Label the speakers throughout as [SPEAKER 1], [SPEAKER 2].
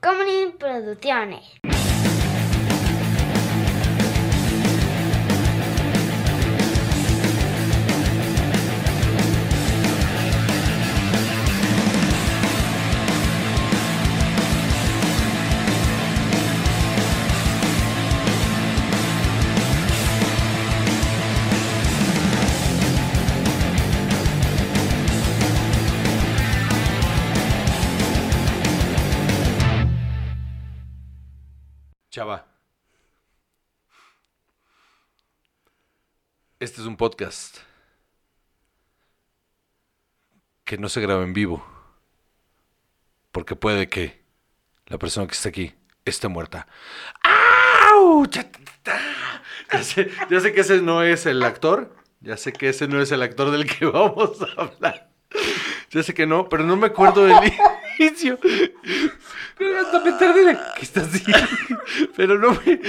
[SPEAKER 1] Comedy Producciones.
[SPEAKER 2] Chava. Este es un podcast que no se graba en vivo, porque puede que la persona que está aquí esté muerta. ¡Au! Cha- ta- ta. Ya sé, ya sé que ese no es el actor, ya sé que ese no es el actor del que vamos a hablar. Ya sé que no, pero no me acuerdo del inicio. ¿Qué estás diciendo? Pero no me.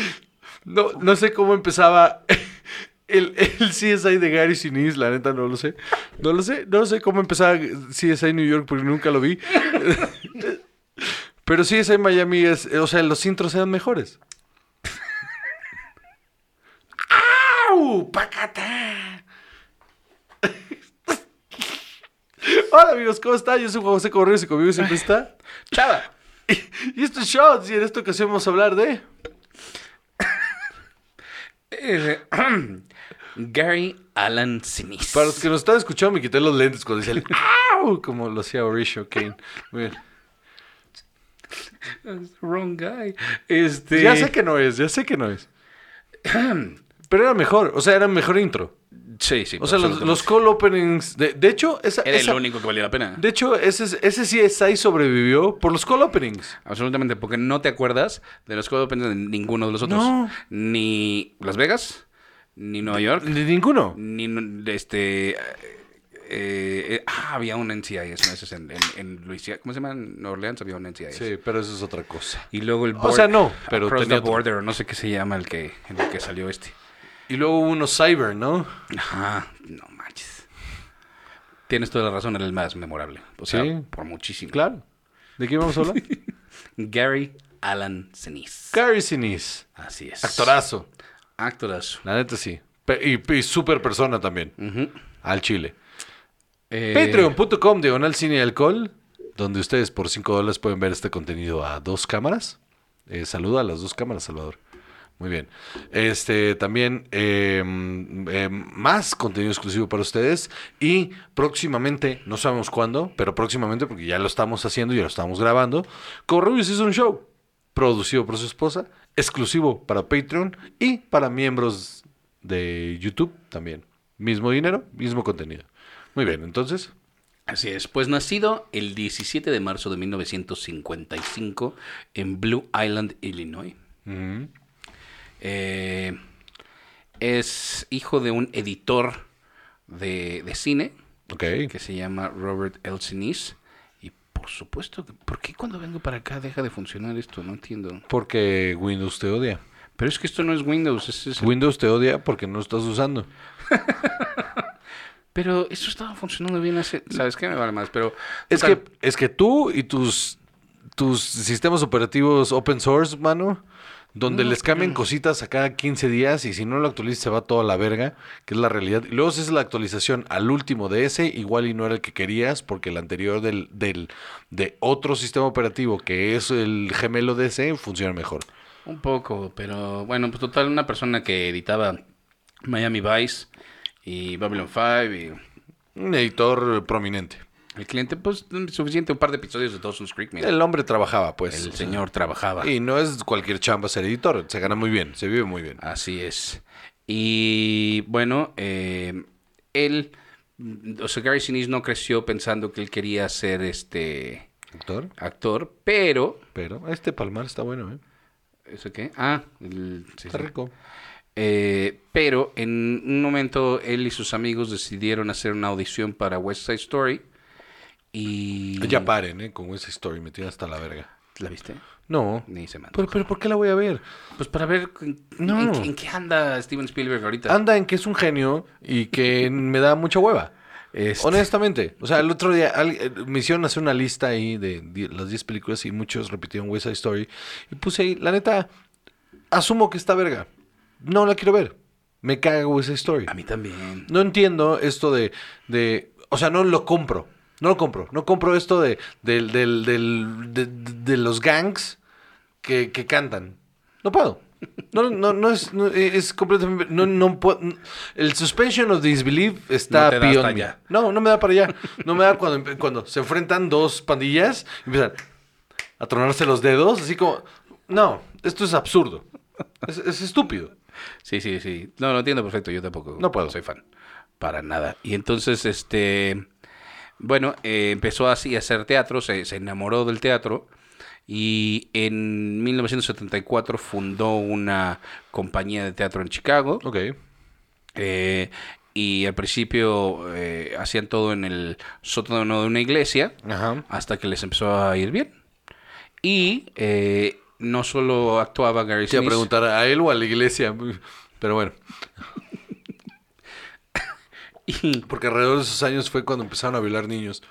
[SPEAKER 2] No, no sé cómo empezaba el, el CSI de Gary Sinise, la neta no lo sé. No lo sé, no sé cómo empezaba CSI New York porque nunca lo vi. Pero CSI Miami es. O sea, los intros eran mejores. ¡Au! ¡Pacata! Hola amigos, ¿cómo están? Yo soy Juan José Correos y conmigo siempre está Chava. Y esto es Shots y en esta ocasión vamos a hablar de...
[SPEAKER 3] Eh, Gary Alan Sinise.
[SPEAKER 2] Para los que nos están escuchando me quité los lentes cuando dice el ¡Au! Como lo hacía Horatio Kane. Muy bien.
[SPEAKER 3] Wrong guy. Este.
[SPEAKER 2] Ya sé que no es, ya sé que no es. Pero era mejor, o sea, era mejor intro.
[SPEAKER 3] Sí, sí.
[SPEAKER 2] O sea, los,
[SPEAKER 3] absolutamente.
[SPEAKER 2] los call openings... De, de hecho, esa...
[SPEAKER 3] Era
[SPEAKER 2] esa-
[SPEAKER 3] el único que valía la pena.
[SPEAKER 2] De hecho, ese, ese CSI sobrevivió por los call openings.
[SPEAKER 3] Absolutamente, porque no te acuerdas de los Code Opens de ninguno de los otros.
[SPEAKER 2] No.
[SPEAKER 3] Ni Las Vegas, ni Nueva York,
[SPEAKER 2] Ni ninguno.
[SPEAKER 3] ni nu- de este. eh, eh, ah, había un NCIS, ¿no? Ese es en, en, en Luisiana. ¿Cómo se llama? En Orleans había un NCIS.
[SPEAKER 2] Sí, pero eso es otra cosa.
[SPEAKER 3] Y luego el
[SPEAKER 2] O sea, no, pero
[SPEAKER 3] Across
[SPEAKER 2] tenía
[SPEAKER 3] the
[SPEAKER 2] otro.
[SPEAKER 3] Border, no sé qué se llama el que, el que salió este.
[SPEAKER 2] Y luego hubo unos cyber, ¿no?
[SPEAKER 3] Ajá, no manches. Tienes toda la razón, era el más memorable. O sea,
[SPEAKER 2] Sí.
[SPEAKER 3] por muchísimo.
[SPEAKER 2] Claro. ¿De qué vamos a hablar?
[SPEAKER 3] Gary Alan Sinise.
[SPEAKER 2] Gary Sinise.
[SPEAKER 3] Así es.
[SPEAKER 2] Actorazo.
[SPEAKER 3] Actorazo.
[SPEAKER 2] La neta sí. Pe- y, y super persona también.
[SPEAKER 3] Ujú.
[SPEAKER 2] Al chile.
[SPEAKER 3] Eh,
[SPEAKER 2] Patreon.com diagonal cine y alcohol, donde ustedes por 5 dólares pueden ver este contenido a dos cámaras. Eh, saluda a las dos cámaras, Salvador. Muy bien. Este también eh, mm, eh, más contenido exclusivo para ustedes. Y próximamente, no sabemos cuándo, pero próximamente, porque ya lo estamos haciendo, ya lo estamos grabando. Corrubius es un show producido por su esposa, exclusivo para Patreon y para miembros de YouTube también. Mismo dinero, mismo contenido. Muy bien, entonces.
[SPEAKER 3] Así es. Pues nacido el 17 de marzo de 1955 en Blue Island, Illinois. Mm,
[SPEAKER 2] Ujú.
[SPEAKER 3] Eh, es hijo de un editor de, de cine.
[SPEAKER 2] Ok.
[SPEAKER 3] que se llama Robert L. Sinise. Y por supuesto, que- ¿por qué cuando vengo para acá deja de funcionar esto? No entiendo.
[SPEAKER 2] Porque Windows te odia.
[SPEAKER 3] Pero es que esto no es Windows, es, es-
[SPEAKER 2] Windows te odia porque no lo estás usando.
[SPEAKER 3] Pero eso estaba funcionando bien hace... ¿Sabes qué? Me vale más, pero...
[SPEAKER 2] Es
[SPEAKER 3] total,
[SPEAKER 2] que, es que tú y tus, tus sistemas operativos open source, mano, donde
[SPEAKER 3] Mm.
[SPEAKER 2] les cambian cositas a cada 15 días y si no lo actualizas se va toda la verga, que es la realidad. Y luego si es la actualización al último de ese, igual y no era el que querías porque el anterior del, del, de otro sistema operativo que es el gemelo de ese funciona mejor.
[SPEAKER 3] Un poco, pero bueno, pues total, una persona que editaba Miami Vice y Babylon 5 y...
[SPEAKER 2] Un editor prominente.
[SPEAKER 3] El cliente, pues, suficiente, un par de episodios de Dawson's Creek, mira.
[SPEAKER 2] El hombre trabajaba, pues.
[SPEAKER 3] El
[SPEAKER 2] O sea,
[SPEAKER 3] señor trabajaba.
[SPEAKER 2] Y no es cualquier chamba ser editor, se gana muy bien, se vive muy bien.
[SPEAKER 3] Así es. Y bueno, eh, él, o sea, Gary Sinise no creció pensando que él quería ser este
[SPEAKER 2] Doctor,
[SPEAKER 3] actor, pero...
[SPEAKER 2] pero este palmar está bueno, ¿eh?
[SPEAKER 3] ¿Eso qué? Ah, el- sí,
[SPEAKER 2] Está
[SPEAKER 3] sí.
[SPEAKER 2] rico.
[SPEAKER 3] Eh, pero en un momento él y sus amigos decidieron hacer una audición para West Side Story y...
[SPEAKER 2] Ya paren, ¿eh? Con esa story metida hasta la verga.
[SPEAKER 3] ¿La viste?
[SPEAKER 2] No.
[SPEAKER 3] Ni se me antoja.
[SPEAKER 2] Pero, pero ¿por qué la voy a ver?
[SPEAKER 3] Pues para ver en,
[SPEAKER 2] No.
[SPEAKER 3] en qué- en qué anda Steven Spielberg ahorita.
[SPEAKER 2] Anda en que es un genio y que me da mucha hueva.
[SPEAKER 3] Este,
[SPEAKER 2] Honestamente, o sea, el otro día al- eh, me hicieron hacer una lista ahí de die- las 10 películas y muchos repitieron West Side Story. Y puse ahí, la neta, asumo que está verga. No la quiero ver. Me caga West Side Story.
[SPEAKER 3] a mí también.
[SPEAKER 2] No entiendo esto de, de. O sea, no lo compro. No lo compro. No compro esto de, del- del- del- de, de los gangs que, que cantan. No puedo. No, no, no es, no, es completamente. No, no puedo. El suspension of disbelief está
[SPEAKER 3] No te da
[SPEAKER 2] beyond
[SPEAKER 3] hasta
[SPEAKER 2] me.
[SPEAKER 3] allá.
[SPEAKER 2] No, no me da para allá. No me da cuando, cuando se enfrentan dos pandillas y empiezan a tronarse los dedos. Así como. No, esto es absurdo. Es- es estúpido.
[SPEAKER 3] Sí, sí, sí. No, lo entiendo perfecto. Yo tampoco.
[SPEAKER 2] No puedo.
[SPEAKER 3] Soy fan. Para nada. Y entonces, este. Bueno, eh, empezó así a hacer teatro, se, se enamoró del teatro y en 1974 fundó una compañía de teatro en Chicago.
[SPEAKER 2] Ok.
[SPEAKER 3] Eh, y al principio eh, hacían todo en el sótano de una iglesia
[SPEAKER 2] Ajá.
[SPEAKER 3] hasta que les empezó a ir bien. Y eh, no solo actuaba Gary
[SPEAKER 2] Te iba a
[SPEAKER 3] Sinise.
[SPEAKER 2] preguntar a él o a la iglesia. Pero bueno,
[SPEAKER 3] Y,
[SPEAKER 2] porque alrededor de esos años fue cuando empezaron a violar niños.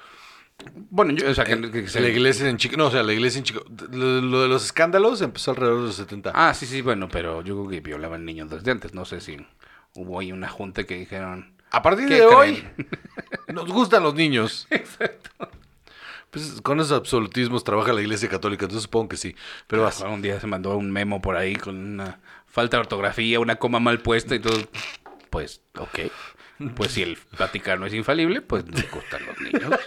[SPEAKER 3] bueno, yo, o sea, que- que se-
[SPEAKER 2] eh, La iglesia en Chicago. No, o sea, la iglesia en Chicago. Lo, lo de los escándalos empezó alrededor de los 70.
[SPEAKER 3] Ah, sí, sí, bueno, pero yo creo que violaban niños desde antes. No sé si hubo ahí una junta que dijeron.
[SPEAKER 2] a partir
[SPEAKER 3] ¿qué
[SPEAKER 2] de
[SPEAKER 3] creen?
[SPEAKER 2] hoy, nos gustan los niños. Exacto. Pues con esos absolutismos trabaja la iglesia católica, entonces supongo que sí. Pero vas.
[SPEAKER 3] Un día se mandó un memo por ahí con una falta de ortografía, una coma mal puesta y todo. Pues, ok. Pues si el Vaticano es infalible, pues nos gustan los niños.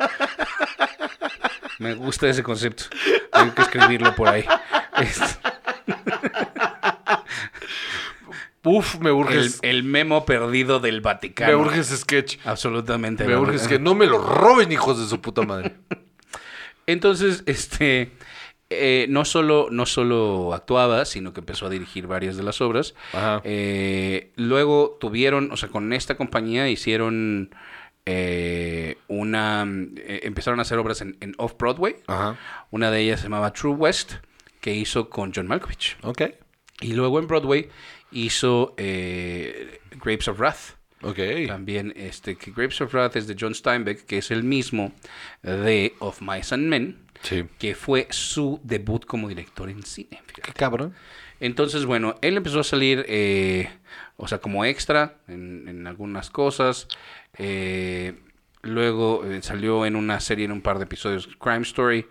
[SPEAKER 3] Me gusta ese concepto. Tengo que escribirlo por ahí. Es-
[SPEAKER 2] Uf, me
[SPEAKER 3] el,
[SPEAKER 2] urges.
[SPEAKER 3] el memo perdido del
[SPEAKER 2] me
[SPEAKER 3] Vaticano.
[SPEAKER 2] urges sketch.
[SPEAKER 3] Absolutamente.
[SPEAKER 2] Me
[SPEAKER 3] ¿no?
[SPEAKER 2] urges que no me lo roben, hijos de su puta madre.
[SPEAKER 3] Entonces, este, eh, no, solo, no solo actuaba, sino que empezó a dirigir varias de las obras.
[SPEAKER 2] Ajá.
[SPEAKER 3] Eh, luego tuvieron, o sea, con esta compañía hicieron eh, una... eh, empezaron a hacer obras en, en Off-Broadway.
[SPEAKER 2] Ajá.
[SPEAKER 3] Una de ellas se llamaba True West, que hizo con John Malkovich.
[SPEAKER 2] Ok.
[SPEAKER 3] Y luego en Broadway hizo eh, Grapes of Wrath.
[SPEAKER 2] Ok.
[SPEAKER 3] También este, que Grapes of Wrath es de John Steinbeck, que es el mismo de Of Mice and Men
[SPEAKER 2] Sí.
[SPEAKER 3] que fue su debut como director en cine. fíjate.
[SPEAKER 2] Qué cabrón.
[SPEAKER 3] Entonces, bueno, él empezó a salir, eh, o sea, como extra en, en algunas cosas. eh, luego eh, salió en una serie, en un par de episodios, Crime Story,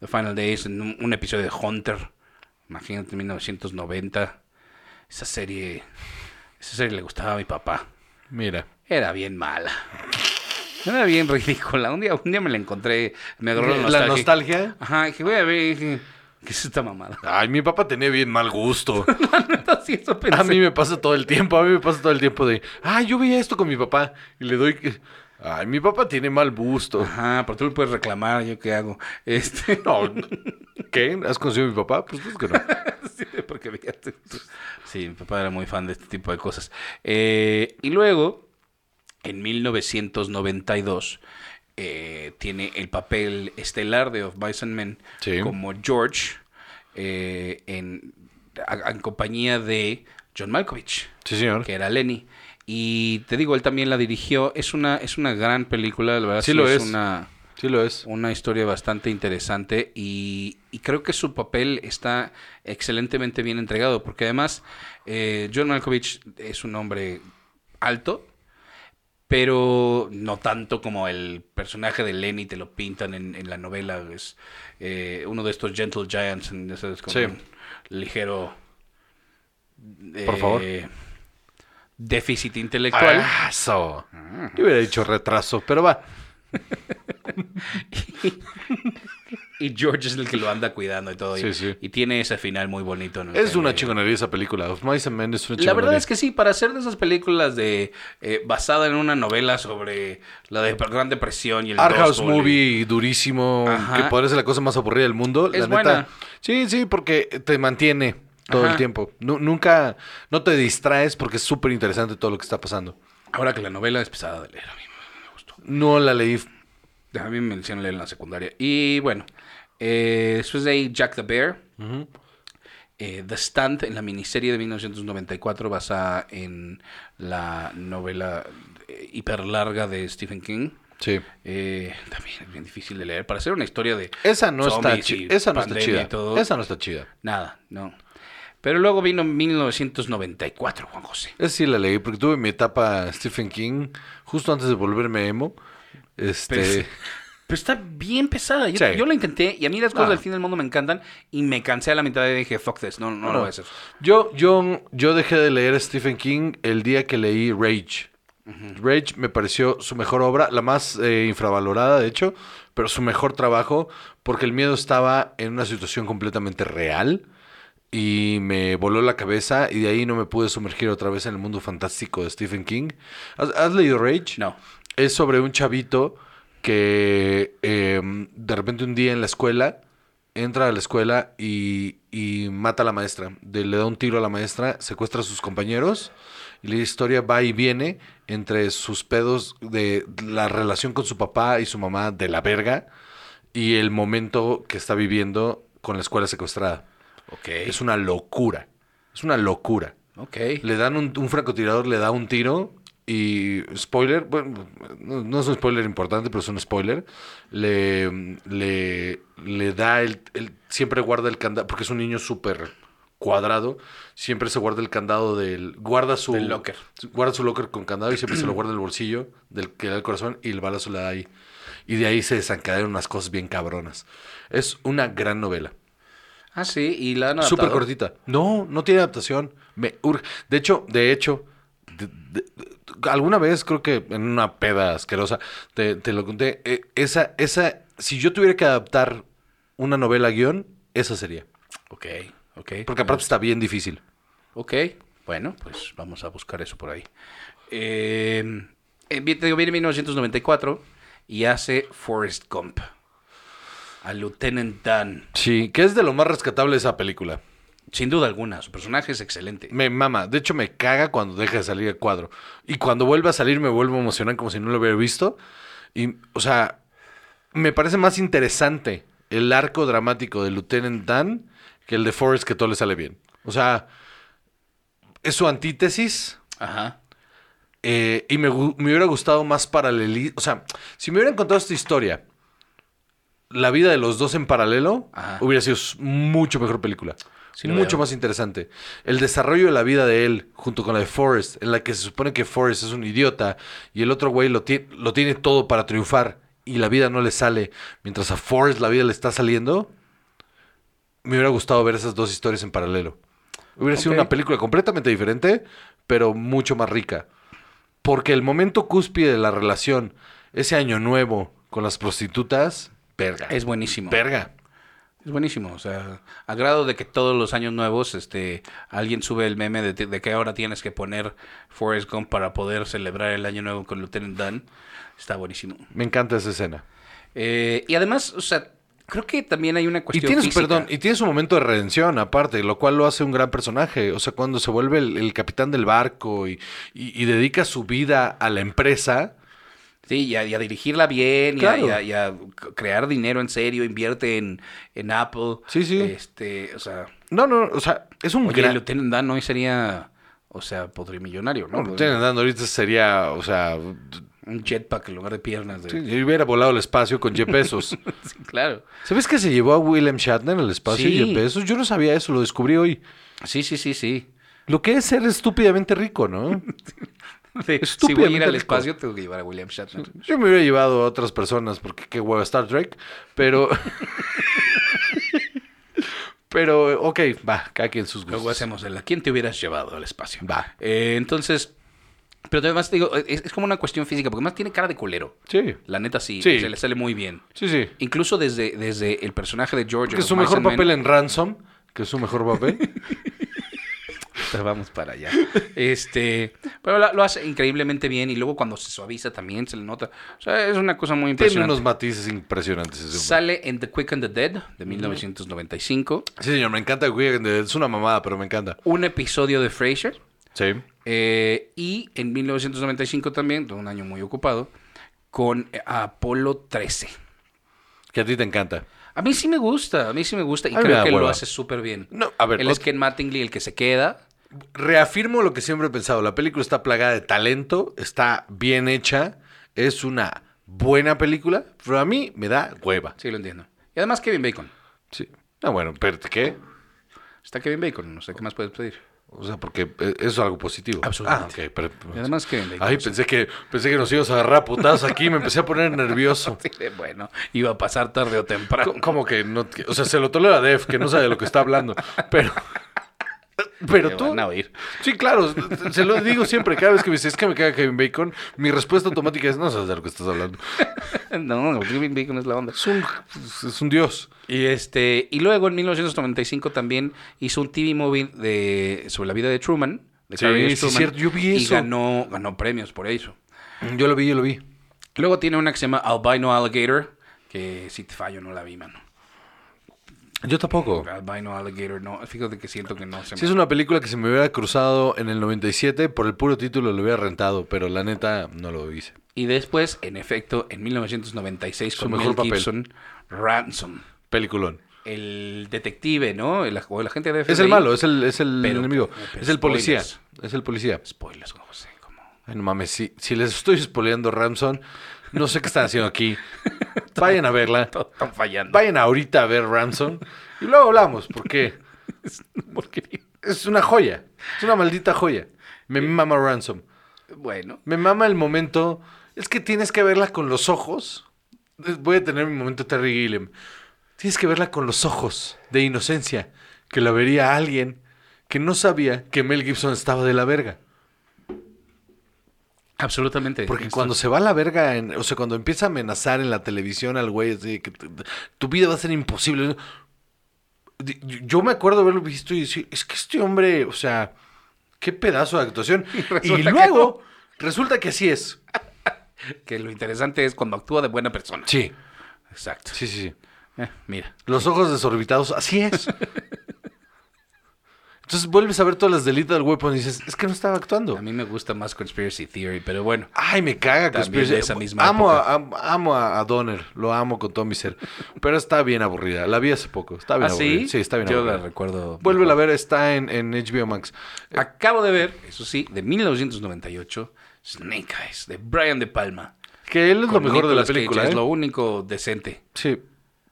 [SPEAKER 3] The Final Days, en un, un episodio de Hunter, imagínate, 1990. Esa serie, esa serie le gustaba a mi papá.
[SPEAKER 2] Mira.
[SPEAKER 3] Era bien mala. Era bien ridícula. Un día, un día me la encontré, me agarró
[SPEAKER 2] La nostalgia.
[SPEAKER 3] Ajá, dije, voy a ver, y dije, ¿qué es esta mamada?
[SPEAKER 2] Ay, mi papá tenía bien mal gusto.
[SPEAKER 3] Así eso pensé.
[SPEAKER 2] A mí me pasa todo el tiempo, a mí me pasa todo el tiempo de, ay, yo veía esto con mi papá y le doy, que- ay, mi papá tiene mal gusto.
[SPEAKER 3] Ajá, pero tú le puedes reclamar, ¿yo qué hago? Este,
[SPEAKER 2] No, ¿qué? ¿Has conocido a mi papá? Pues, pues que no.
[SPEAKER 3] sí, porque fíjate tú. Sí, mi papá era muy fan de este tipo de cosas. Eh, y luego, en 1992, eh, tiene el papel estelar de Of Mice and Men
[SPEAKER 2] Sí.
[SPEAKER 3] como George eh, en, a- en compañía de John Malkovich.
[SPEAKER 2] Sí, señor.
[SPEAKER 3] que era Lenny. Y te digo, él también la dirigió. Es una, es una gran película, la verdad.
[SPEAKER 2] Sí lo es.
[SPEAKER 3] Una,
[SPEAKER 2] Sí lo es.
[SPEAKER 3] una historia bastante interesante y, y creo que su papel está excelentemente bien entregado, porque además eh, John Malkovich es un hombre alto, pero no tanto como el personaje de Lenny te lo pintan en, en la novela. Es eh, uno de estos gentle giants, en- ya sabes, como
[SPEAKER 2] Sí.
[SPEAKER 3] un ligero... eh,
[SPEAKER 2] Por favor.
[SPEAKER 3] Déficit intelectual.
[SPEAKER 2] Ah, eso. Yo hubiera dicho retraso, pero va.
[SPEAKER 3] Y George es el que lo anda cuidando y todo. y-
[SPEAKER 2] Sí, sí.
[SPEAKER 3] Y tiene ese final muy bonito. en el
[SPEAKER 2] Es
[SPEAKER 3] que-
[SPEAKER 2] una chingonería esa película. Of Mice and Men es una
[SPEAKER 3] La
[SPEAKER 2] chingonería.
[SPEAKER 3] verdad es que sí, para hacer de esas películas de eh, basada en una novela sobre la de Gran Depresión y el
[SPEAKER 2] Art House
[SPEAKER 3] Gospel y-
[SPEAKER 2] Movie durísimo,
[SPEAKER 3] Ajá.
[SPEAKER 2] que parece la cosa más aburrida del mundo. la neta,
[SPEAKER 3] Es buena.
[SPEAKER 2] Sí, sí, porque te mantiene todo
[SPEAKER 3] Ajá.
[SPEAKER 2] el tiempo. Nu- nunca, no te distraes porque es súper interesante todo lo que está pasando.
[SPEAKER 3] Ahora que la novela es pesada de leer, a mí me gustó.
[SPEAKER 2] No la leí.
[SPEAKER 3] A mí me hicieron leer en la secundaria. Y bueno, eh, después de ahí Jack the Bear, eh, The Stand, en la miniserie de 1994 basada en la novela hiper larga eh, de Stephen King.
[SPEAKER 2] Sí.
[SPEAKER 3] Eh, también es bien difícil de leer. Para hacer una historia de.
[SPEAKER 2] Esa no está,
[SPEAKER 3] zombies
[SPEAKER 2] chi-
[SPEAKER 3] y
[SPEAKER 2] esa no está
[SPEAKER 3] pandemia
[SPEAKER 2] chida.
[SPEAKER 3] y todo,
[SPEAKER 2] Esa no está chida.
[SPEAKER 3] Nada, no. Pero luego vino 1994, Juan José.
[SPEAKER 2] Esa sí la leí porque tuve mi etapa Stephen King justo antes de volverme emo.
[SPEAKER 3] Pero,
[SPEAKER 2] Este,
[SPEAKER 3] pero está bien pesada. Yo,
[SPEAKER 2] Sí.
[SPEAKER 3] yo la intenté y a mí las cosas
[SPEAKER 2] Ah.
[SPEAKER 3] del fin del mundo me encantan y me cansé a la mitad y dije, fuck this, no, no, lo voy a hacer.
[SPEAKER 2] yo, yo, yo dejé de leer a Stephen King el día que leí Rage. Rage me pareció su mejor obra, la más eh, infravalorada de hecho, pero su mejor trabajo porque el miedo estaba en una situación completamente real y me voló la cabeza y de ahí no me pude sumergir otra vez en el mundo fantástico de Stephen King. ¿Has, has leído Rage?
[SPEAKER 3] No.
[SPEAKER 2] es sobre un chavito que eh, de repente un día en la escuela entra a la escuela y, y mata a la maestra. De- le da un tiro a la maestra, secuestra a sus compañeros y la historia va y viene entre sus pedos de la relación con su papá y su mamá de la verga y el momento que está viviendo con la escuela secuestrada.
[SPEAKER 3] Ok.
[SPEAKER 2] Es una locura. Es una locura.
[SPEAKER 3] Ok.
[SPEAKER 2] Le dan un, un francotirador, le da un tiro y spoiler, bueno, no, no es un spoiler importante, pero es un spoiler. Le, le, le da el, el- siempre guarda el candado, porque es un niño súper cuadrado, siempre se guarda el candado del, guarda su
[SPEAKER 3] Del locker.
[SPEAKER 2] guarda su locker con candado y siempre se lo guarda en el bolsillo del que da el corazón y el balazo le da ahí. Y de ahí se desencadenan unas cosas bien cabronas. Es una gran novela.
[SPEAKER 3] Ah, sí, y la han
[SPEAKER 2] Súper
[SPEAKER 3] adaptado?
[SPEAKER 2] cortita. No, no tiene adaptación. Me urge. De hecho, de hecho, de- de- de- alguna vez creo que en una peda asquerosa te, te lo conté. eh, esa, esa, si yo tuviera que adaptar una novela a guión, esa sería.
[SPEAKER 3] Ok, ok.
[SPEAKER 2] Porque aparte está bien difícil.
[SPEAKER 3] Ok, bueno, pues vamos a buscar eso por ahí. Eh, eh, vi- te digo, viene 1994 y hace Forrest Gump. Al Lieutenant Dan.
[SPEAKER 2] Sí, que es de lo más rescatable de esa película.
[SPEAKER 3] Sin duda alguna, su personaje es excelente.
[SPEAKER 2] Me mama. De hecho, me caga cuando deja de salir el cuadro. Y cuando vuelve a salir, me vuelvo a emocionar como si no lo hubiera visto. Y, o sea, me parece más interesante el arco dramático de Lieutenant Dan que el de Forrest, que todo le sale bien. O sea, es su antítesis.
[SPEAKER 3] Ajá.
[SPEAKER 2] eh, y me, gu- me hubiera gustado más paralelismo. O sea, si me hubieran contado esta historia, la vida de los dos en paralelo,
[SPEAKER 3] Ajá.
[SPEAKER 2] hubiera sido s- mucho mejor película.
[SPEAKER 3] Sí, lo
[SPEAKER 2] mucho
[SPEAKER 3] veo.
[SPEAKER 2] más interesante. El desarrollo de la vida de él junto con la de Forrest, en la que se supone que Forrest es un idiota y el otro güey lo, ti- lo tiene todo para triunfar y la vida no le sale, mientras a Forrest la vida le está saliendo, me hubiera gustado ver esas dos historias en paralelo. Hubiera sido
[SPEAKER 3] Ok.
[SPEAKER 2] una película completamente diferente, pero mucho más rica. Porque el momento cúspide de la relación, ese año nuevo con las prostitutas, verga.
[SPEAKER 3] Es buenísimo.
[SPEAKER 2] verga.
[SPEAKER 3] Es buenísimo, o sea, a grado de que todos los años nuevos, este, alguien sube el meme de, de que ahora tienes que poner Forrest Gump para poder celebrar el año nuevo con Lieutenant Dan. Está buenísimo.
[SPEAKER 2] Me encanta esa escena.
[SPEAKER 3] Eh, y además, o sea, creo que también hay una
[SPEAKER 2] Y
[SPEAKER 3] cuestión
[SPEAKER 2] tiene, su,
[SPEAKER 3] física.
[SPEAKER 2] perdón, y tiene su momento de redención aparte, lo cual lo hace un gran personaje. O sea, cuando se vuelve el, el capitán del barco y, y- y dedica su vida a la empresa.
[SPEAKER 3] Sí, y a, y a dirigirla bien, y a-
[SPEAKER 2] Claro.
[SPEAKER 3] y, a, y a crear dinero en serio, invierte en, en Apple.
[SPEAKER 2] Sí, sí.
[SPEAKER 3] Este, o sea,
[SPEAKER 2] No, no, o sea, es un
[SPEAKER 3] oye,
[SPEAKER 2] gran...
[SPEAKER 3] el Lieutenant Dan hoy sería, o sea, podrimillonario, ¿no?
[SPEAKER 2] No, pues, lo tienen dando ahorita sería, o sea,
[SPEAKER 3] Un jetpack en lugar de piernas. De...
[SPEAKER 2] sí, yo hubiera volado al espacio con 10 pesos.
[SPEAKER 3] Sí, claro.
[SPEAKER 2] ¿Sabes que se llevó a William Shatner al espacio
[SPEAKER 3] Sí.
[SPEAKER 2] y 10 pesos? Yo no sabía eso, lo descubrí hoy.
[SPEAKER 3] Sí, sí, sí, sí.
[SPEAKER 2] Lo que es ser estúpidamente rico, ¿no?
[SPEAKER 3] De- si voy a ir
[SPEAKER 2] Estúpidamente
[SPEAKER 3] al
[SPEAKER 2] rico.
[SPEAKER 3] espacio, tengo que llevar a William Shatner.
[SPEAKER 2] Yo me hubiera llevado a otras personas porque qué hueva Star Trek, pero... pero, ok, va, cada quien sus gustos.
[SPEAKER 3] Luego hacemos el a quién te hubieras llevado al espacio.
[SPEAKER 2] Pues, Va.
[SPEAKER 3] Eh, entonces, pero además te digo, es, es como una cuestión física, porque más tiene cara de culero.
[SPEAKER 2] Sí,
[SPEAKER 3] La neta sí,
[SPEAKER 2] Sí.
[SPEAKER 3] se le sale muy bien.
[SPEAKER 2] sí, sí.
[SPEAKER 3] Incluso desde, desde el personaje de George.
[SPEAKER 2] Que
[SPEAKER 3] en
[SPEAKER 2] su
[SPEAKER 3] Mice
[SPEAKER 2] mejor
[SPEAKER 3] and Men-
[SPEAKER 2] papel en Ransom, que es su mejor papel.
[SPEAKER 3] Pero vamos para allá. Este, pero la- lo hace increíblemente bien y luego cuando se suaviza también se le nota. O sea, es una cosa muy
[SPEAKER 2] Tiene
[SPEAKER 3] impresionante.
[SPEAKER 2] unos matices impresionantes. ese hombre.
[SPEAKER 3] Sale en The Quick and the Dead de 1995,
[SPEAKER 2] Sí, señor, me encanta. Wicked. Es una mamada, pero me encanta.
[SPEAKER 3] un episodio de Frasier
[SPEAKER 2] Sí.
[SPEAKER 3] eh, y en 1995 también, de un año muy ocupado, con eh, Apolo 13.
[SPEAKER 2] Que a ti te encanta.
[SPEAKER 3] A mí sí me gusta, a mí sí me gusta y
[SPEAKER 2] A mí me
[SPEAKER 3] creo
[SPEAKER 2] da
[SPEAKER 3] que lo
[SPEAKER 2] hueva.
[SPEAKER 3] hace súper bien.
[SPEAKER 2] No, a ver,
[SPEAKER 3] Él
[SPEAKER 2] ot-
[SPEAKER 3] es Ken Mattingly el que se queda.
[SPEAKER 2] Reafirmo lo que siempre he pensado. La película está plagada de talento, está bien hecha, es una buena película, pero a mí me da hueva.
[SPEAKER 3] Sí, lo entiendo. Y además Kevin Bacon.
[SPEAKER 2] Sí. No, bueno, pero ¿qué?
[SPEAKER 3] Está Kevin Bacon, no sé qué más puedes pedir.
[SPEAKER 2] O sea, porque eh, eso es algo positivo.
[SPEAKER 3] Absolutamente.
[SPEAKER 2] Ah, ok, pero-
[SPEAKER 3] Y además Kevin Bacon.
[SPEAKER 2] Ay, pensé que, pensé que nos íbamos a agarrar a putazos aquí, me empecé a poner nervioso.
[SPEAKER 3] Sí, de, bueno, iba a pasar tarde o temprano.
[SPEAKER 2] Co- Como que no, que- o sea, se lo tolera a Def, que no sabe de lo que está hablando. Pero, pero
[SPEAKER 3] Te
[SPEAKER 2] tú.
[SPEAKER 3] van a oír.
[SPEAKER 2] Sí, claro, se- se lo digo siempre. Cada vez que me dices "Es que me caga Kevin Bacon, mi respuesta automática es: No sabes de lo que estás hablando.
[SPEAKER 3] No, no, Kevin Bacon es la onda.
[SPEAKER 2] Es un, es un dios.
[SPEAKER 3] Y este y luego en 1995 también hizo un TV movie de sobre la vida de Truman, de
[SPEAKER 2] Sí,
[SPEAKER 3] Harry S.
[SPEAKER 2] sí, cierto, yo vi
[SPEAKER 3] y
[SPEAKER 2] eso.
[SPEAKER 3] ganó ganó premios por eso.
[SPEAKER 2] Yo lo vi, yo lo vi.
[SPEAKER 3] Luego tiene una que se llama Albino Alligator, que si te fallo no la vi, mano.
[SPEAKER 2] Yo tampoco.
[SPEAKER 3] Albino Alligator no, fíjate que siento que no se
[SPEAKER 2] Si
[SPEAKER 3] me-
[SPEAKER 2] es una película que se me hubiera cruzado en el 97, por el puro título lo hubiera rentado, pero la neta no lo hice.
[SPEAKER 3] Y después, en efecto, en 1996
[SPEAKER 2] Su
[SPEAKER 3] con
[SPEAKER 2] mejor
[SPEAKER 3] Mel
[SPEAKER 2] papel.
[SPEAKER 3] Gibson, Ransom,
[SPEAKER 2] Peliculón.
[SPEAKER 3] el detective, ¿no? El, o el agente de FBI.
[SPEAKER 2] Es el malo, es el, es el
[SPEAKER 3] Pero-
[SPEAKER 2] enemigo.
[SPEAKER 3] pero
[SPEAKER 2] es el policía.
[SPEAKER 3] spoilers.
[SPEAKER 2] Es el policía.
[SPEAKER 3] Spoilers, José, como
[SPEAKER 2] Ay, no mames, si, si les estoy spoileando Ramson, no sé qué están haciendo aquí. Vayan a verla.
[SPEAKER 3] todo están fallando.
[SPEAKER 2] Vayan ahorita a ver Ramson. Y luego hablamos, porque
[SPEAKER 3] Porquería.
[SPEAKER 2] es una joya. Es una maldita joya. Me mama Ransom.
[SPEAKER 3] Bueno,
[SPEAKER 2] Me mama el momento. Es que tienes que verla con los ojos. Eh, Voy a tener mi momento Terry Gilliam. Tienes que verla con los ojos de inocencia. Que la vería alguien que no sabía que Mel Gibson estaba de la verga.
[SPEAKER 3] absolutamente. Este,
[SPEAKER 2] Porque
[SPEAKER 3] Esto-
[SPEAKER 2] cuando se va a la verga, en- o sea, cuando empieza a amenazar en la televisión al güey, así de que t- t- tu vida va a ser imposible. Di- Yo yo me acuerdo haberlo visto y decir, es que este hombre, o sea, qué pedazo de actuación. Y,
[SPEAKER 3] resulta que
[SPEAKER 2] luego, resulta que así es.
[SPEAKER 3] Que lo interesante es cuando actúa de buena persona.
[SPEAKER 2] Sí,
[SPEAKER 3] Exacto.
[SPEAKER 2] sí, sí, sí.
[SPEAKER 3] Eh, mira.
[SPEAKER 2] Los ojos desorbitados, así es. Entonces vuelves a ver todas las delitas del Weapon y dices, es que no estaba actuando.
[SPEAKER 3] A mí me gusta más Conspiracy Theory, pero bueno.
[SPEAKER 2] Ay, me caga
[SPEAKER 3] También
[SPEAKER 2] Conspiracy.
[SPEAKER 3] de esa misma
[SPEAKER 2] amo,
[SPEAKER 3] época.
[SPEAKER 2] a, am- amo a, a Donner, lo amo con todo mi ser. Pero está bien aburrida. La vi hace poco. Está bien
[SPEAKER 3] ¿Ah,
[SPEAKER 2] aburrida.
[SPEAKER 3] sí?
[SPEAKER 2] Sí, está bien
[SPEAKER 3] Yo la
[SPEAKER 2] aburrida.
[SPEAKER 3] recuerdo.
[SPEAKER 2] Vuélvela a ver, está en, en HBO Max.
[SPEAKER 3] Acabo de ver, eso sí, de 1998, Snake Eyes, de Brian De Palma.
[SPEAKER 2] Que él es lo
[SPEAKER 3] Con
[SPEAKER 2] mejor de la
[SPEAKER 3] Nicolas Cage,
[SPEAKER 2] película.
[SPEAKER 3] Es
[SPEAKER 2] ¿eh?
[SPEAKER 3] lo único decente.
[SPEAKER 2] Sí.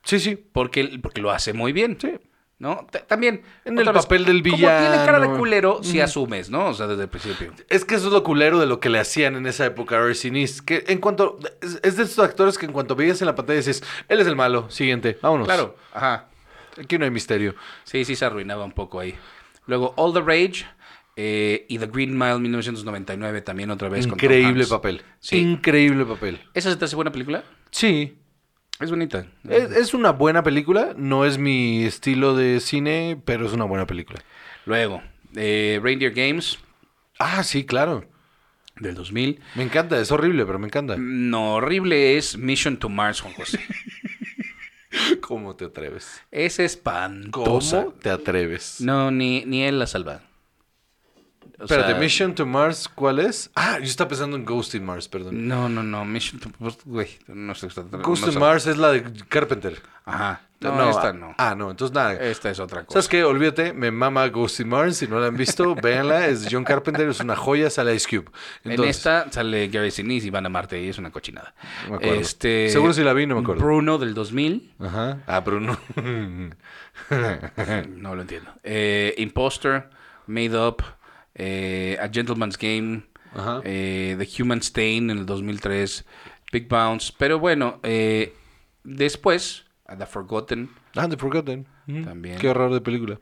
[SPEAKER 2] Sí, sí.
[SPEAKER 3] Porque, porque lo hace muy bien.
[SPEAKER 2] Sí.
[SPEAKER 3] ¿No? T- también.
[SPEAKER 2] En
[SPEAKER 3] otra
[SPEAKER 2] el papel del
[SPEAKER 3] Como tiene cara de
[SPEAKER 2] villano.
[SPEAKER 3] culero, si asumes, ¿no? O sea, desde el principio.
[SPEAKER 2] Es que eso es lo culero de lo que le hacían en esa época a Arsenis. Que en cuanto. Es, es de estos actores que en cuanto veías en la pantalla dices, él es el malo. Siguiente, vámonos.
[SPEAKER 3] Claro. Ajá.
[SPEAKER 2] Aquí no hay misterio.
[SPEAKER 3] Sí, sí se arruinaba un poco ahí. Luego All the Rage eh, y The Green Mile 1999 también otra vez. con Tom
[SPEAKER 2] Increíble
[SPEAKER 3] Hanks.
[SPEAKER 2] papel.
[SPEAKER 3] Sí.
[SPEAKER 2] Increíble papel.
[SPEAKER 3] ¿Esa se te hace buena película? Eh,
[SPEAKER 2] Sí.
[SPEAKER 3] Es bonita.
[SPEAKER 2] Es, es una buena película, no es mi estilo de cine, pero es una buena película.
[SPEAKER 3] Luego, eh, Reindeer Games
[SPEAKER 2] Ah, sí, claro.
[SPEAKER 3] del 2000.
[SPEAKER 2] Me encanta, es horrible, pero me encanta.
[SPEAKER 3] No, horrible es Mission to Mars, Juan José.
[SPEAKER 2] ¿Cómo te atreves?
[SPEAKER 3] Es
[SPEAKER 2] ¿Cómo
[SPEAKER 3] espantosa.
[SPEAKER 2] te atreves?
[SPEAKER 3] No, ni, ni él la salva. O
[SPEAKER 2] Espérate,
[SPEAKER 3] sea,
[SPEAKER 2] Mission to Mars, ¿cuál es? Ah, yo estaba pensando en Ghost in Mars, perdón.
[SPEAKER 3] No, no, no. Mission to Mars. Güey, no sé. está- no
[SPEAKER 2] Ghost in
[SPEAKER 3] sabe.
[SPEAKER 2] Mars es la de Carpenter.
[SPEAKER 3] Ajá. No,
[SPEAKER 2] ah-
[SPEAKER 3] esta no.
[SPEAKER 2] Ah, no, entonces nada.
[SPEAKER 3] Esta es otra cosa.
[SPEAKER 2] ¿Sabes qué? Olvídate, me mama Ghost in Mars. Si no la han visto, véanla. Es John Carpenter, es una joya, sale Ice Cube.
[SPEAKER 3] en
[SPEAKER 2] Entonces,
[SPEAKER 3] esta sale Gary Sinise y van a Marte y es una cochinada.
[SPEAKER 2] No me acuerdo.
[SPEAKER 3] Este,
[SPEAKER 2] Seguro si la vi, no me acuerdo.
[SPEAKER 3] Bruno del 2000,
[SPEAKER 2] Ajá. Ah, Bruno.
[SPEAKER 3] no lo entiendo. Eh, Imposter, Made Up, eh, A Gentleman's Game,
[SPEAKER 2] Ajá.
[SPEAKER 3] eh, The Human Stain en el 2003, Big Bounce. Pero bueno, eh, después, a The Forgotten
[SPEAKER 2] Ah, The Forgotten.
[SPEAKER 3] También.
[SPEAKER 2] Qué horror de película.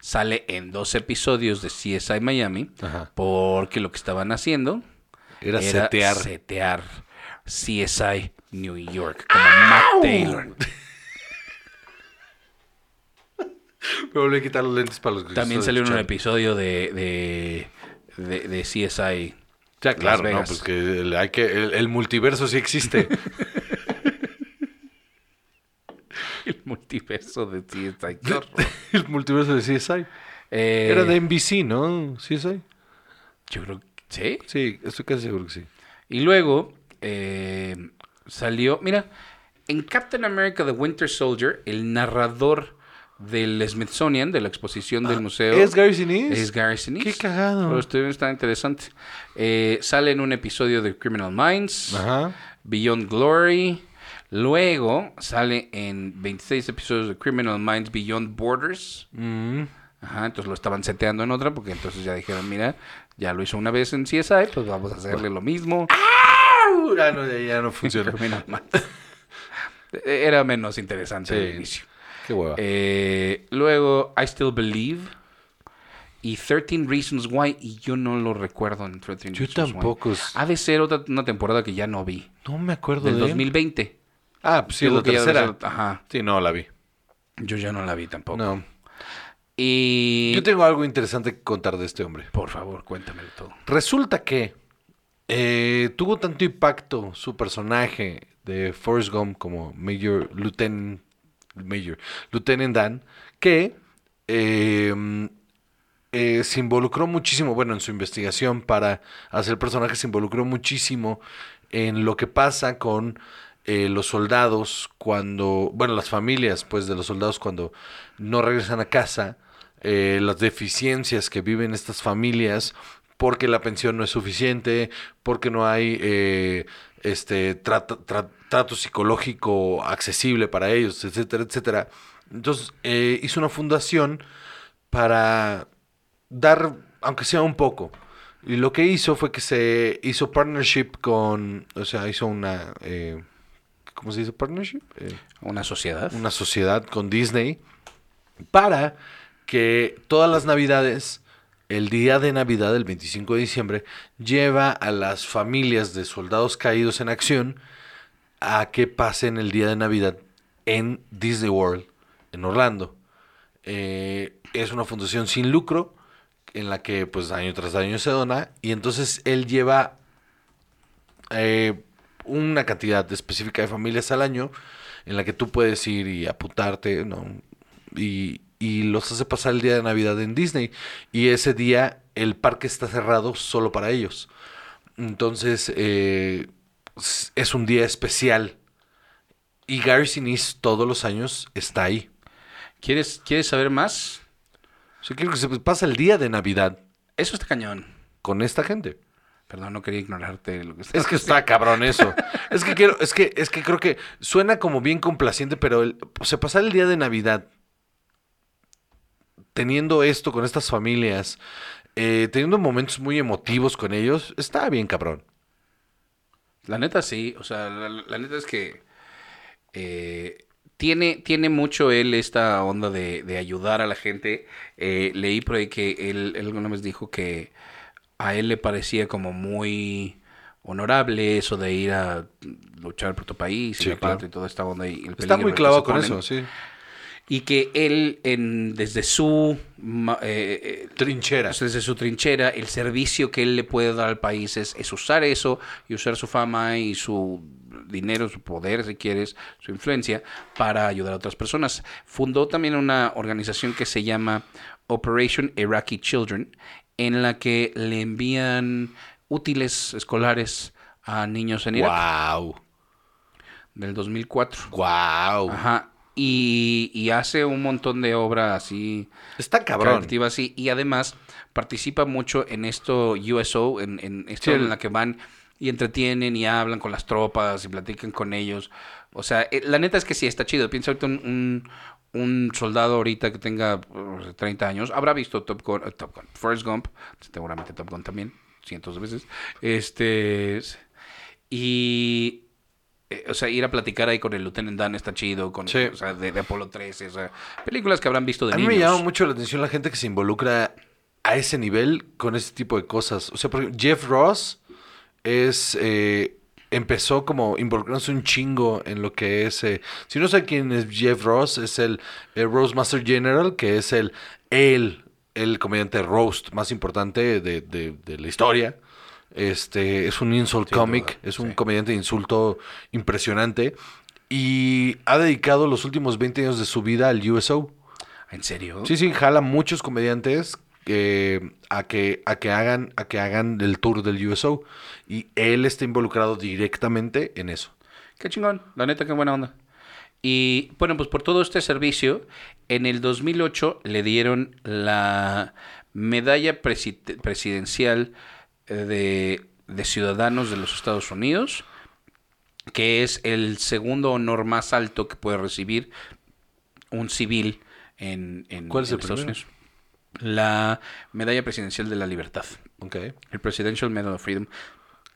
[SPEAKER 3] sale en dos episodios de CSI Miami
[SPEAKER 2] Ajá.
[SPEAKER 3] porque lo que estaban haciendo
[SPEAKER 2] Era, setear.
[SPEAKER 3] setear CSI New York como Matt Taylor.
[SPEAKER 2] Me volví a quitar los lentes para los que
[SPEAKER 3] También
[SPEAKER 2] están
[SPEAKER 3] salió en un
[SPEAKER 2] escuchando.
[SPEAKER 3] episodio de, de, de, de CSI.
[SPEAKER 2] Ya, claro, no,
[SPEAKER 3] Las Vegas.
[SPEAKER 2] pues que el, hay que, el, el multiverso sí existe.
[SPEAKER 3] El multiverso de CSI. qué horror.
[SPEAKER 2] el multiverso de CSI.
[SPEAKER 3] Eh,
[SPEAKER 2] Era de NBC, ¿no? CSI.
[SPEAKER 3] Yo creo que sí.
[SPEAKER 2] Sí, estoy casi seguro que sí.
[SPEAKER 3] Y luego eh, salió, mira, en Captain America The Winter Soldier, el narrador del Smithsonian, de la exposición del museo.
[SPEAKER 2] Ah, ¿Es Gary Sinise?
[SPEAKER 3] Es Gary Sinise.
[SPEAKER 2] Qué cagado.
[SPEAKER 3] Pero estuvo- está interesante. Eh, sale en un episodio de Criminal Minds.
[SPEAKER 2] Ajá.
[SPEAKER 3] Beyond Glory. Luego sale en 26 episodios de Criminal Minds Beyond Borders.
[SPEAKER 2] Mm.
[SPEAKER 3] Ajá, entonces lo estaban seteando en otra porque entonces ya dijeron, mira, ya lo hizo una vez en CSI, pues vamos a hacerle lo mismo.
[SPEAKER 2] Au, Ya Ah, no, ya- ya no funciona.
[SPEAKER 3] Criminal Minds. Era menos interesante
[SPEAKER 2] Sí.
[SPEAKER 3] al inicio.
[SPEAKER 2] Qué hueva.
[SPEAKER 3] Eh, luego, I Still Believe. Y 13 Reasons Why. Y yo no lo recuerdo en 13
[SPEAKER 2] Yo
[SPEAKER 3] Reasons Why.
[SPEAKER 2] tampoco. es-
[SPEAKER 3] Ha de ser otra, una temporada que ya no vi.
[SPEAKER 2] No me acuerdo
[SPEAKER 3] Del
[SPEAKER 2] de
[SPEAKER 3] 2020.
[SPEAKER 2] Ah, pues sí,
[SPEAKER 3] Yo
[SPEAKER 2] la
[SPEAKER 3] creo que ya debe
[SPEAKER 2] tercera.
[SPEAKER 3] ser- ajá.
[SPEAKER 2] Sí, no, la vi.
[SPEAKER 3] Yo ya no la vi tampoco.
[SPEAKER 2] No.
[SPEAKER 3] Y...
[SPEAKER 2] Yo tengo algo interesante que contar de este hombre.
[SPEAKER 3] Por favor, cuéntamelo todo.
[SPEAKER 2] Resulta que eh, tuvo tanto impacto su personaje de Forrest Gump como Major Lieutenant, Major, Lieutenant Dan que eh, eh, se involucró muchísimo, bueno, en su investigación para hacer el personaje, se involucró muchísimo en lo que pasa con eh, los soldados cuando, bueno, las familias, pues, de los soldados cuando no regresan a casa, eh, las deficiencias que viven estas familias porque la pensión no es suficiente, porque no hay eh, este trato, tra- trato psicológico accesible para ellos, etcétera, etcétera. Entonces, eh, hizo una fundación para dar, aunque sea un poco. Y lo que hizo fue que se hizo partnership con, o sea, hizo una, eh, ¿cómo se dice partnership? Eh,
[SPEAKER 3] Una sociedad.
[SPEAKER 2] una sociedad con Disney para que todas las navidades, el día de Navidad, el 25 de diciembre, lleva a las familias de soldados caídos en acción a que pasen el día de Navidad en Disney World, en Orlando. Eh, es una fundación sin lucro en la que pues año tras año se dona y entonces él lleva eh, una cantidad específica de familias al año en la que tú puedes ir y apuntarte, ¿no? Y, y los hace pasar el día de Navidad en Disney. Y ese día el parque está cerrado solo para ellos. Entonces eh, s- es un día especial. Y Gary Sinise todos los años está ahí.
[SPEAKER 3] ¿Quieres, ¿Quieres saber más?
[SPEAKER 2] O sea, quiero que se pasa el día de Navidad
[SPEAKER 3] Eso está cañón.
[SPEAKER 2] con esta gente.
[SPEAKER 3] Perdón, no quería ignorarte lo que
[SPEAKER 2] Es que está cabrón eso. Es que quiero, es que, es que creo que suena como bien complaciente, pero el, o sea, pasar el día de Navidad teniendo esto con estas familias, eh, teniendo momentos muy emotivos con ellos, está bien cabrón.
[SPEAKER 3] La neta sí, o sea, la, la neta es que eh, tiene, tiene mucho él esta onda de, de ayudar a la gente. Eh, leí por ahí que él, él alguna vez dijo que a él le parecía como muy honorable eso de ir a luchar por tu país
[SPEAKER 2] Sí,
[SPEAKER 3] y la patria
[SPEAKER 2] claro.
[SPEAKER 3] y toda esta onda. Y el
[SPEAKER 2] Está
[SPEAKER 3] peligro
[SPEAKER 2] muy
[SPEAKER 3] al que se
[SPEAKER 2] clavado con
[SPEAKER 3] ponen.
[SPEAKER 2] eso, sí.
[SPEAKER 3] Y que él, en, desde su... ma- eh, eh,
[SPEAKER 2] Trinchera.
[SPEAKER 3] pues, desde su trinchera, el servicio que él le puede dar al país es, es usar eso y usar su fama y su dinero, su poder, si quieres, su influencia, para ayudar a otras personas. Fundó también una organización que se llama Operation Iraqi Children, en la que le envían útiles escolares a niños en Irak
[SPEAKER 2] Wow.
[SPEAKER 3] del 2004.
[SPEAKER 2] Wow.
[SPEAKER 3] Ajá. Y, y hace un montón de obra así
[SPEAKER 2] Está cabrón.
[SPEAKER 3] caritativa, sí. Y además participa mucho en esto USO, en, en esto
[SPEAKER 2] Sí, el-
[SPEAKER 3] en la que van y entretienen y hablan con las tropas y platican con ellos. O sea, eh, la neta es que sí, está chido. Piensa ahorita un, un, un soldado ahorita que tenga eh, 30 años, habrá visto Top Gun, eh, Top Gun, Forrest Gump, seguramente Top Gun también, cientos de veces. Este... Y... eh, o sea, ir a platicar ahí con el Lieutenant Dan está chido, con
[SPEAKER 2] Sí.
[SPEAKER 3] o sea, de, de Apolo 13, o sea, películas que habrán visto de
[SPEAKER 2] A mí
[SPEAKER 3] niños.
[SPEAKER 2] me llama mucho la atención la gente que se involucra a ese nivel con este tipo de cosas. O sea, por ejemplo, Jeff Ross es. eh, empezó como involucrándose un chingo en lo que es. eh, si no sé quién es Jeff Ross, es el eh, Roastmaster General, que es el. el el comediante roast más importante de, de- de la historia. Este es un insult
[SPEAKER 3] Sin
[SPEAKER 2] comic,
[SPEAKER 3] duda,
[SPEAKER 2] es un
[SPEAKER 3] sí.
[SPEAKER 2] comediante de insulto impresionante y ha dedicado los últimos 20 años de su vida al USO.
[SPEAKER 3] ¿En serio?
[SPEAKER 2] Sí, sí, jala muchos comediantes eh, a que a que hagan a que hagan el tour del USO y él está involucrado directamente en eso.
[SPEAKER 3] Qué chingón. La neta, qué buena onda. Y bueno, pues por todo este servicio, en el 2008 le dieron la medalla presi- presidencial eh, de, de Ciudadanos de los Estados Unidos, que es el segundo honor más alto que puede recibir un civil en, en,
[SPEAKER 2] ¿Cuál es
[SPEAKER 3] en
[SPEAKER 2] el primero?
[SPEAKER 3] La medalla presidencial de la libertad,
[SPEAKER 2] Ok.
[SPEAKER 3] el Presidential Medal of Freedom,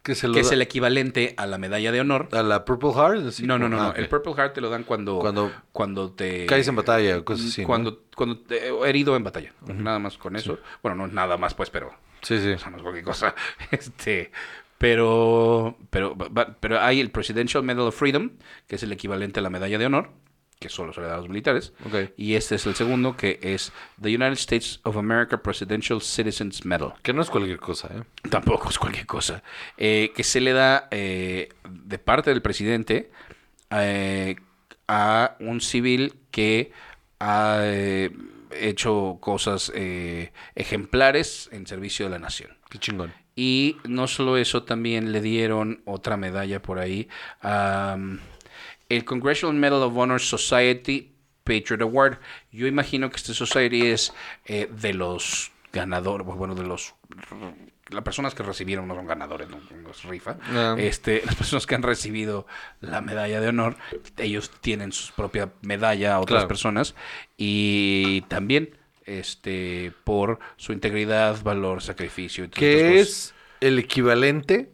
[SPEAKER 2] Que se lo
[SPEAKER 3] que
[SPEAKER 2] da-
[SPEAKER 3] es el equivalente a la medalla de honor.
[SPEAKER 2] ¿A la Purple Heart? Sí.
[SPEAKER 3] No, no, no,
[SPEAKER 2] Ah,
[SPEAKER 3] no.
[SPEAKER 2] ok.
[SPEAKER 3] El Purple Heart te lo dan cuando,
[SPEAKER 2] Cuando
[SPEAKER 3] cuando, te
[SPEAKER 2] Caes en batalla o cosas así. ¿no?
[SPEAKER 3] eh, cuando, cuando te- herido en batalla. Nada más con eso. Bueno, no es nada más, pues, pero
[SPEAKER 2] Sí, sí.
[SPEAKER 3] o sea, no es cualquier cosa. Este, pero, pero, but- but- pero hay el Presidential Medal of Freedom, que es el equivalente a la medalla de honor, que solo se le da a los militares.
[SPEAKER 2] Ok.
[SPEAKER 3] Y este es el segundo, que es The United States of America Presidential Citizens Medal.
[SPEAKER 2] Que no es cualquier cosa, ¿eh?
[SPEAKER 3] Tampoco es cualquier cosa. Eh, que se le da eh, de parte del presidente eh, a un civil que ha eh, hecho cosas eh, ejemplares en servicio de la nación.
[SPEAKER 2] Qué chingón.
[SPEAKER 3] Y no solo eso, también le dieron otra medalla por ahí. am, el Congressional Medal of Honor Society Patriot Award. Yo imagino que este Society es eh, de los ganadores, bueno, de los... Las personas que recibieron no son ganadores, no, no es rifa.
[SPEAKER 2] Ah.
[SPEAKER 3] Este, las personas que han recibido la medalla de honor, ellos tienen su propia medalla a otras
[SPEAKER 2] Claro.
[SPEAKER 3] personas. Y también este por su integridad, valor, sacrificio. y todas estas
[SPEAKER 2] Que
[SPEAKER 3] cosas.
[SPEAKER 2] es el equivalente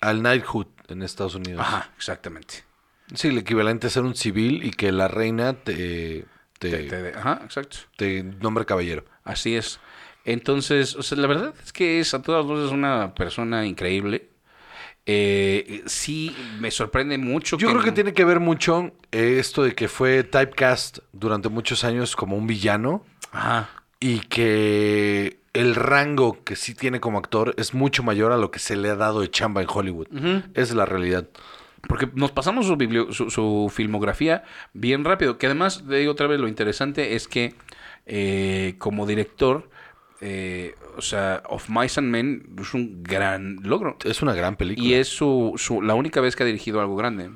[SPEAKER 2] al Knighthood en Estados Unidos.
[SPEAKER 3] Ajá, exactamente.
[SPEAKER 2] Sí, el equivalente a ser un civil y que la reina te, te,
[SPEAKER 3] Te- te- ajá, exacto.
[SPEAKER 2] te nombre caballero.
[SPEAKER 3] Así es. Entonces, o sea, la verdad es que es a todas luces una persona increíble. Eh, sí, me sorprende mucho.
[SPEAKER 2] Yo creo que
[SPEAKER 3] no-
[SPEAKER 2] tiene que ver mucho eh, esto de que fue typecast durante muchos años como un villano
[SPEAKER 3] Ajá,
[SPEAKER 2] y que el rango que sí tiene como actor es mucho mayor a lo que se le ha dado de chamba en Hollywood. Esa es la realidad.
[SPEAKER 3] porque nos pasamos su, biblio- su, su filmografía bien rápido. Que además, te digo otra vez, lo interesante es que eh, como director, eh, o sea, Of Mice and Men es un gran logro.
[SPEAKER 2] Es una gran película.
[SPEAKER 3] Y es su, su, la única vez que ha dirigido algo grande.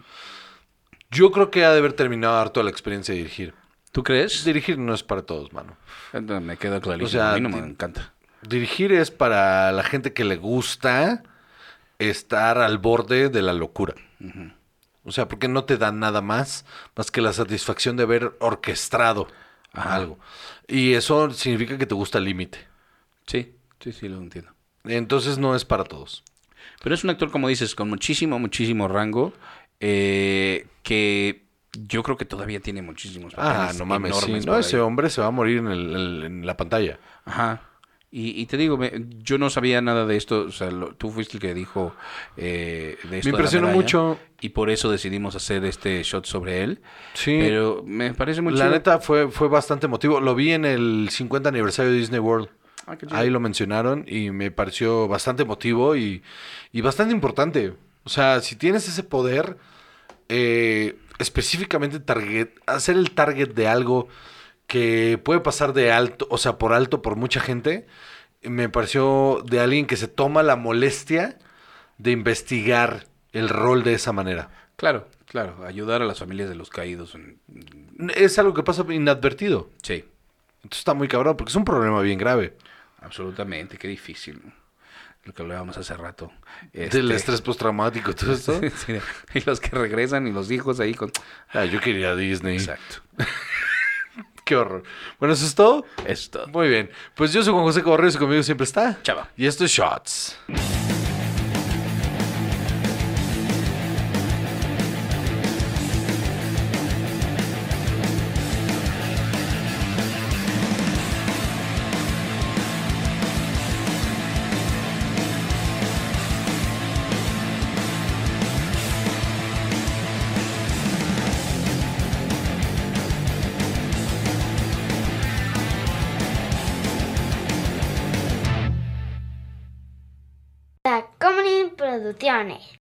[SPEAKER 2] Yo creo que ha de haber terminado harto la experiencia de dirigir.
[SPEAKER 3] ¿Tú crees?
[SPEAKER 2] Dirigir no es para todos, mano.
[SPEAKER 3] Me queda clarísimo.
[SPEAKER 2] O sea,
[SPEAKER 3] a mí no me
[SPEAKER 2] ti-
[SPEAKER 3] encanta.
[SPEAKER 2] Dirigir es para la gente que le gusta estar al borde de la locura. O sea, porque no te dan nada más más que la satisfacción de haber orquestado
[SPEAKER 3] Ajá.
[SPEAKER 2] algo. Y eso significa que te gusta el límite.
[SPEAKER 3] Sí, sí, sí, lo entiendo.
[SPEAKER 2] Entonces no es para todos.
[SPEAKER 3] Pero es un actor, como dices, con muchísimo, muchísimo rango, eh, que yo creo que todavía tiene muchísimos
[SPEAKER 2] Ah,
[SPEAKER 3] papeles
[SPEAKER 2] no mames. sí.
[SPEAKER 3] enormes
[SPEAKER 2] No,
[SPEAKER 3] por
[SPEAKER 2] ese
[SPEAKER 3] ahí.
[SPEAKER 2] hombre se va a morir en, el- en- en la pantalla.
[SPEAKER 3] Ajá. Y, y te digo, me- yo no sabía nada de esto. O sea, lo- tú fuiste el que dijo eh, de esto. de la
[SPEAKER 2] impresionó
[SPEAKER 3] medalla,
[SPEAKER 2] mucho.
[SPEAKER 3] Y por eso decidimos hacer este shot sobre él.
[SPEAKER 2] Sí.
[SPEAKER 3] Pero me parece muy
[SPEAKER 2] la
[SPEAKER 3] chido.
[SPEAKER 2] neta fue, fue bastante emotivo. Lo vi en el 50 aniversario de Disney World.
[SPEAKER 3] Ah, qué chido.
[SPEAKER 2] Ahí lo mencionaron y me pareció bastante emotivo y, y bastante importante. O sea, si tienes ese poder, eh, específicamente target, hacer el target de algo que puede pasar de alto, o sea, por alto por mucha gente, me pareció de alguien que se toma la molestia de investigar el rol de esa manera.
[SPEAKER 3] Claro, claro. Ayudar a las familias de los caídos. en-
[SPEAKER 2] Es algo que pasa inadvertido.
[SPEAKER 3] Sí.
[SPEAKER 2] Entonces está muy cabrón porque es un problema bien grave.
[SPEAKER 3] Absolutamente, qué difícil. ¿no? Lo que hablábamos hace rato.
[SPEAKER 2] Del
[SPEAKER 3] Este,
[SPEAKER 2] estrés postraumático, todo esto.
[SPEAKER 3] sí, de- y los que regresan y los hijos ahí con...
[SPEAKER 2] Ah, yo quería a Disney.
[SPEAKER 3] Exacto.
[SPEAKER 2] Qué horror. Bueno, eso es todo.
[SPEAKER 3] Esto.
[SPEAKER 2] Muy bien. Pues yo soy Juan José Correos y conmigo siempre está.
[SPEAKER 3] Chava.
[SPEAKER 2] Y esto es Shots.
[SPEAKER 1] Tacomunin Producciones.